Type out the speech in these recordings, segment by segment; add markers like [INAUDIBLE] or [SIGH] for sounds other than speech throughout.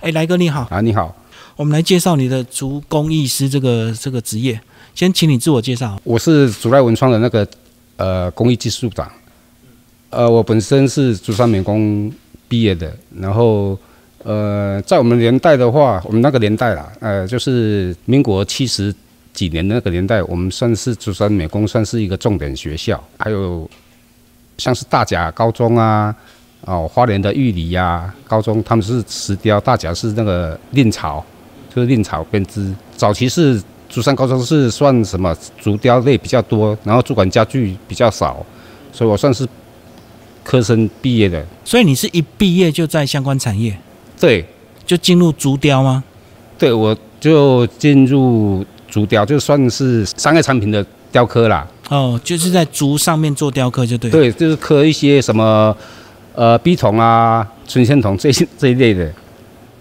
哎，来哥你好，啊，你好，我们来介绍你的足工艺师这个这个职业。先请你自我介绍。我是竹赖文创的那个呃工艺技术长，呃，我本身是竹山美工毕业的，然后呃，在我们年代的话，我们那个年代啦，呃，就是民国七十几年的那个年代，我们算是竹山美工算是一个重点学校，还有像是大甲高中啊。哦，花莲的玉里呀、高中他们是石雕，大甲是那个令草，就是令草编织。早期是竹山高中是算什么竹雕类比较多，然后主管家具比较少，所以我算是科生毕业的。所以你是一毕业就在相关产业，对，就进入竹雕吗？对我就进入竹雕，就算是商业产品的雕刻啦。哦，就是在竹上面做雕刻就对。。对，就是刻一些什么呃笔筒啊、存钱筒这些这一类的。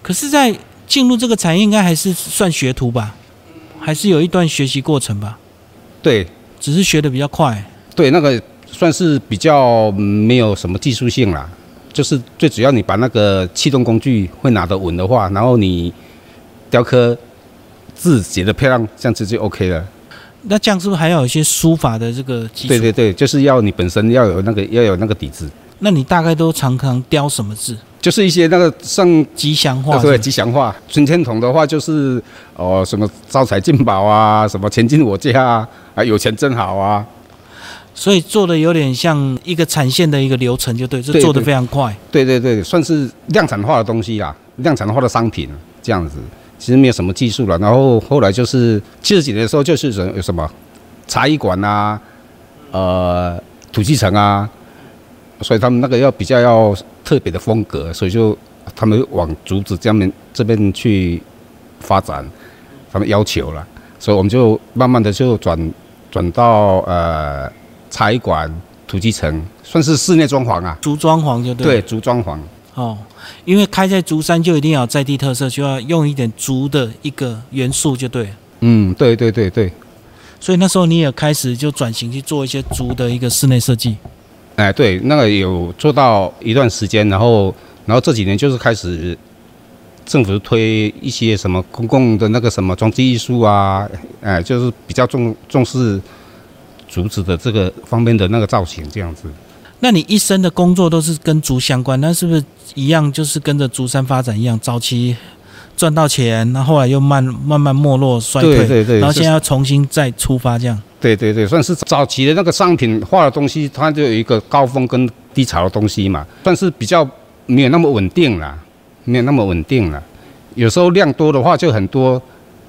可是，在进入这个产业，应该还是算学徒吧？还是有一段学习过程吧？对只是学的比较快。对，那个算是比较没有什么技术性啦，就是最主要你把那个气动工具会拿得稳的话，然后你雕刻字写的漂亮，这样子就 OK 了。那这样是不是还要有一些书法的这个基础？对对对，就是要你本身要有那个要有那个底子，那你大概都常常雕什么字？就是一些那个像吉祥话啊，是不对是？吉祥话，存钱筒的话就是哦、什么招财进宝啊，什么钱进我家啊，啊有钱真好啊，所以做的有点像一个产线的一个流程，就对，就对做的对非常快。对对对，算是量产化的东西啦，量产化的商品这样子，其实没有什么技术了。然后后来就是七十几年的时候，就是什有什么茶艺馆啊，呃，土鸡城啊，所以他们那个要比较要呃特别的风格，所以就他们往竹子这边这边去发展，他们要求了，所以我们就慢慢的就转转到呃茶艺馆、土鸡城，算是室内装潢啊，竹装潢就对。对，竹装潢。哦，因为开在竹山就一定要有在地特色，就要用一点竹的一个元素就对了。嗯，对对对对，所以那时候你也开始就转型去做一些竹的一个室内设计。哎，对，那个有做到一段时间，然后然后这几年就是开始政府推一些什么公共的那个什么装置艺术啊，哎，就是比较重重视竹子的这个方面的那个造型这样子。那你一生的工作都是跟竹相关，那是不是一样就是跟着竹山发展一样？早期赚到钱，那后来又慢慢慢没落衰退，对对对然后现在就是要重新再出发这样。对对对，算是早期的那个商品化的东西，它就有一个高峰跟低潮的东西嘛，算是比较没有那么稳定啦，没有那么稳定啦。有时候量多的话就很多，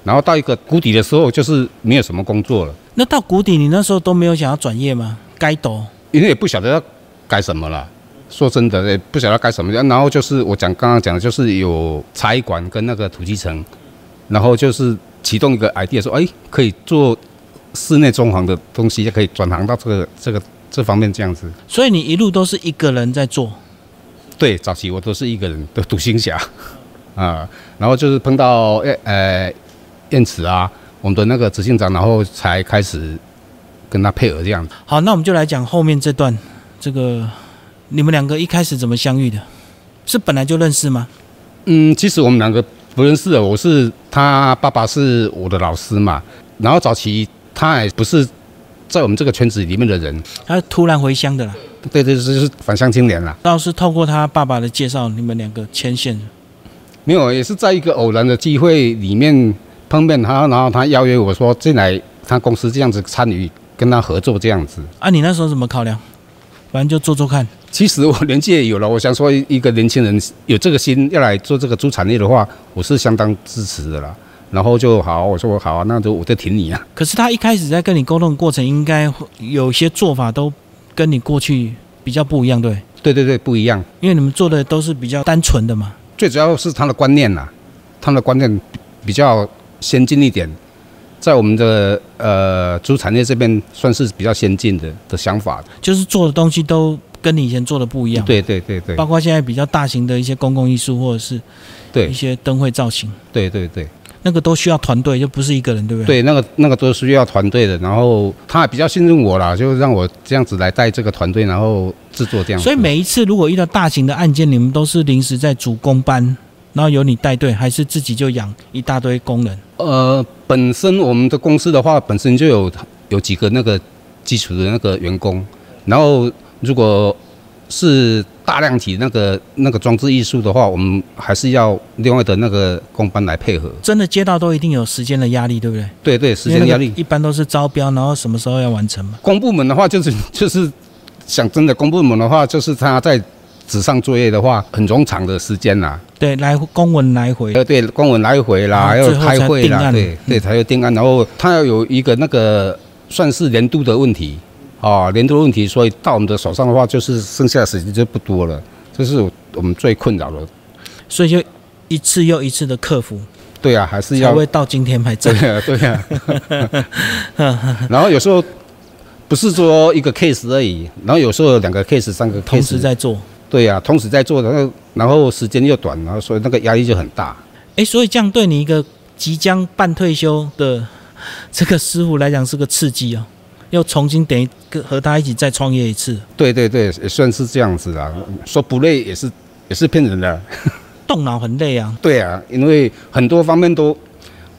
然后到一个谷底的时候就是没有什么工作了，那到谷底，你那时候都没有想要转业吗？该抖因为也不晓得要改什么了。说真的，也不晓得该什么。然后就是我讲刚刚讲的，就是有茶艺馆跟那个土鸡城，然后就是启动一个 idea 说，哎，可以做室内装潢的东西，就可以转行到这个这个这方面这样子。所以你一路都是一个人在做。对，早期我都是一个人的独行侠啊，然后就是碰到呃呃燕池啊，我们的那个执行长，然后才开始跟他配合这样子。好，那我们就来讲后面这段，这个你们两个一开始怎么相遇的？是本来就认识吗？嗯，其实我们两个不认识的，我是他爸爸是我的老师嘛，然后早期他也不是在我们这个圈子里面的人，他突然回乡的啦，对对，就是返乡青年啦。倒是透过他爸爸的介绍，你们两个牵线的。没有，也是在一个偶然的机会里面碰面他，然后他邀约我说进来他公司这样子参与跟他合作这样子。啊，你那时候怎么考量？反正就做做看。其实我年纪也有了，我想说，一个年轻人有这个心要来做这个猪产业的话，我是相当支持的啦。然后就好，我说好啊，那就我就挺你啊。可是他一开始在跟你沟通的过程，应该会有些做法都跟你过去比较不一样，对？对对对，不一样，因为你们做的都是比较单纯的嘛。最主要是他的观念啦，他们的观念比较先进一点，在我们的呃猪产业这边算是比较先进的的想法。就是做的东西都跟你以前做的不一样，，对对对对包括现在比较大型的一些公共艺术或者是一对些灯会造型，对对对。那个都需要团队，就不是一个人，对不对？对，对，那个那个都是需要团队的，然后他比较信任我啦，就让我这样子来带这个团队，然后制作这样子。所以每一次如果遇到大型的案件，你们都是临时在主攻班然后由你带队，还是自己就养一大堆工人？呃，本身我们的公司的话，本身就有有几个那个基础的那个员工，然后如果是大量体那个那个装置艺术的话，我们还是要另外的那个工班来配合。真的接到都一定有时间的压力，对不对？对对，时因间为那压个力。一般都是招标，然后什么时候要完成嘛？公部门的话，就是就是讲真的，公部门的话，就是他在纸上作业的话，很冗长的时间啦。对，来公文来回，呃，对，公文来回啦，啊还有最后开才会定啦，案对对，嗯才有定案。然后它要有一个那个算是年度的问题，啊，年度问题，所以到我们的手上的话，就是剩下的时间就不多了，这是我们最困扰的。所以就一次又一次的克服，对啊，还是才要会到今天还在对。啊， [LAUGHS] 对啊。然后有时候不是说一个 case 而已，然后有时候有两个 case、三个 [LAUGHS] case，同时在做。对呀、同时在做的，然后然后时间又短，然后所以那个压力就很大。诶，所以这样对你一个即将半退休的这个师傅来讲是个刺激哦，又重新等于跟和他一起再创业一次，对对对，也算是这样子啦。说不累也是也是骗人的。 [LAUGHS] 动脑很累啊。对啊，因为很多方面都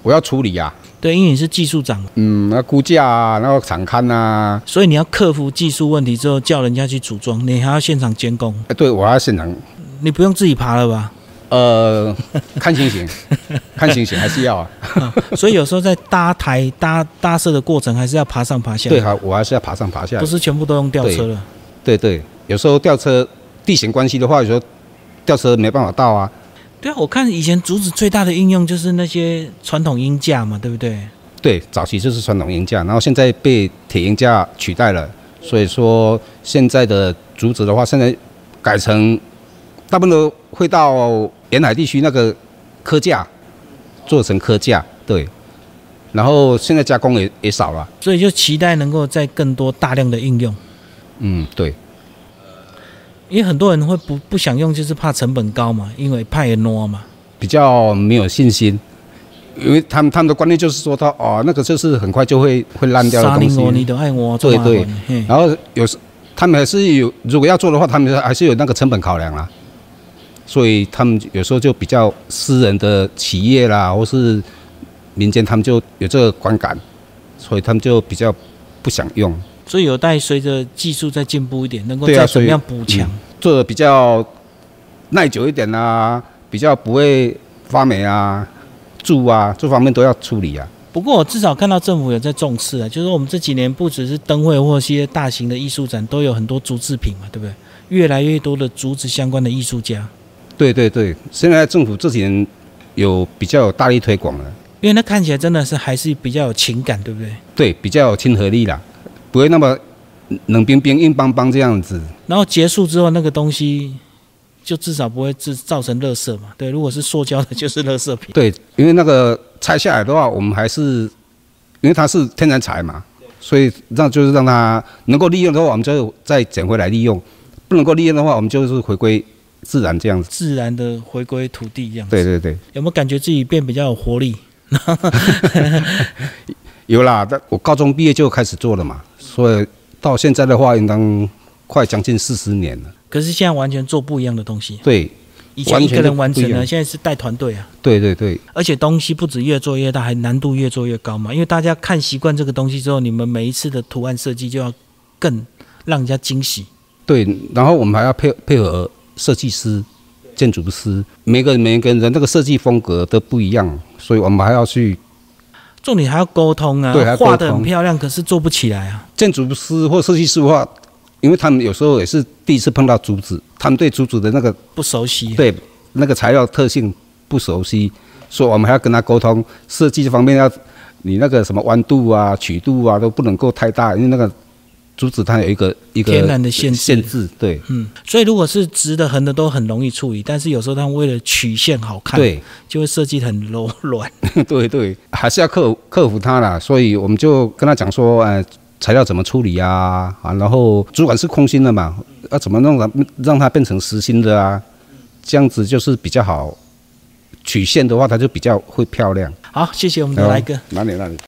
我要处理啊，对，因为你是技术长，嗯，要估价啊，然后场刊啊，所以你要克服技术问题之后，叫人家去组装，你还要现场监工，哎对我要现场你不用自己爬了吧？ [LAUGHS] 呃看情形，看情形还是要啊。 [LAUGHS] 所以有时候在搭台搭搭设的过程，还是要爬上爬下，对，，好，我还是要爬上爬下不。是全部都用吊车了。对对，有时候吊车地形关系的话，有时候吊车没办法到啊。对啊，我看以前竹子最大的应用就是那些传统鹰架嘛，对不对？对，早期就是传统银架，然后现在被铁银架取代了，所以说现在的竹子的话，现在改成大部分都会到沿海地区那个科架做成科架，对。然后现在加工也也少了，所以就期待能够在更多大量的应用。嗯，对，因为很多人会不不想用，就是怕成本高嘛，因为怕也挪嘛。比较没有信心，因为他们他们的观念就是说他哦，那个就是很快就会会烂掉的沙东林我你西，都爱我，对对嘿然后有时他们还是有，如果要做的话，他们还是有那个成本考量啦。所以他们有时候就比较私人的企业啦，或是民间，他们就有这个观感，所以他们就比较不想用，所以有待随着技术再进步一点，能够对啊再怎么样补所以强。做的比较耐久一点啊，比较不会发霉啊、蛀啊这方面都要处理啊。不过我至少看到政府有在重视啊，就是我们这几年不只是灯会或一些大型的艺术展，都有很多竹制品嘛，对不对？越来越多的竹子相关的艺术家，对对对，现在政府这几年有比较有大力推广了。因为那看起来真的是还是比较有情感，对不对？对，比较有亲和力啦，不会那么冷冰冰、硬邦邦这样子。然后结束之后，那个东西就至少不会制造成垃圾嘛，对？如果是塑胶的，就是垃圾品。对，因为那个拆下来的话，我们还是因为它是天然材嘛，所以让就是让它能够利用的话，我们就再捡回来利用；不能够利用的话，我们就是回归自然这样子。自然的回归土地一样。对对对，有没有感觉自己变比较有活力？ [LAUGHS] 有啦。但我高中毕业就开始做了嘛，所以到现在的话，应当快将近四十年了。可是现在完全做不一样的东西，对以前一个人完完全就成不一了，样现在是带团队啊，对对对，而且东西不止越做越大，还难度越做越高嘛。因为大家看习惯这个东西之后，你们每一次的图案设计就要更让人家惊喜。对，然后我们还要配配合设计师、建筑师，每个人每个人那个设计风格都不一样，所以我们还要去重点还要沟通啊对还，要沟通画得很漂亮，可是做不起来啊。建筑师或设计师的话，因为他们有时候也是第一次碰到竹子，他们对竹子的那个不熟悉，对那个材料特性不熟悉，所以我们还要跟他沟通设计方面要你那个什么弯度啊、曲度啊都不能够太大，因为那个竹子它有一个一个天然的限制限制，对嗯，所以如果是直的、横的都很容易处理，但是有时候他们为了曲线好看，，对。就会设计得很柔软。 [LAUGHS] 对对，还是要克服克服它啦，所以我们就跟他讲说，呃，材料怎么处理啊？啊，然后主管是空心的嘛，要怎么让它让它变成实心的啊？这样子就是比较好，曲线的话它就比较会漂亮。哦好，谢谢我们的来哥。哪里哪里？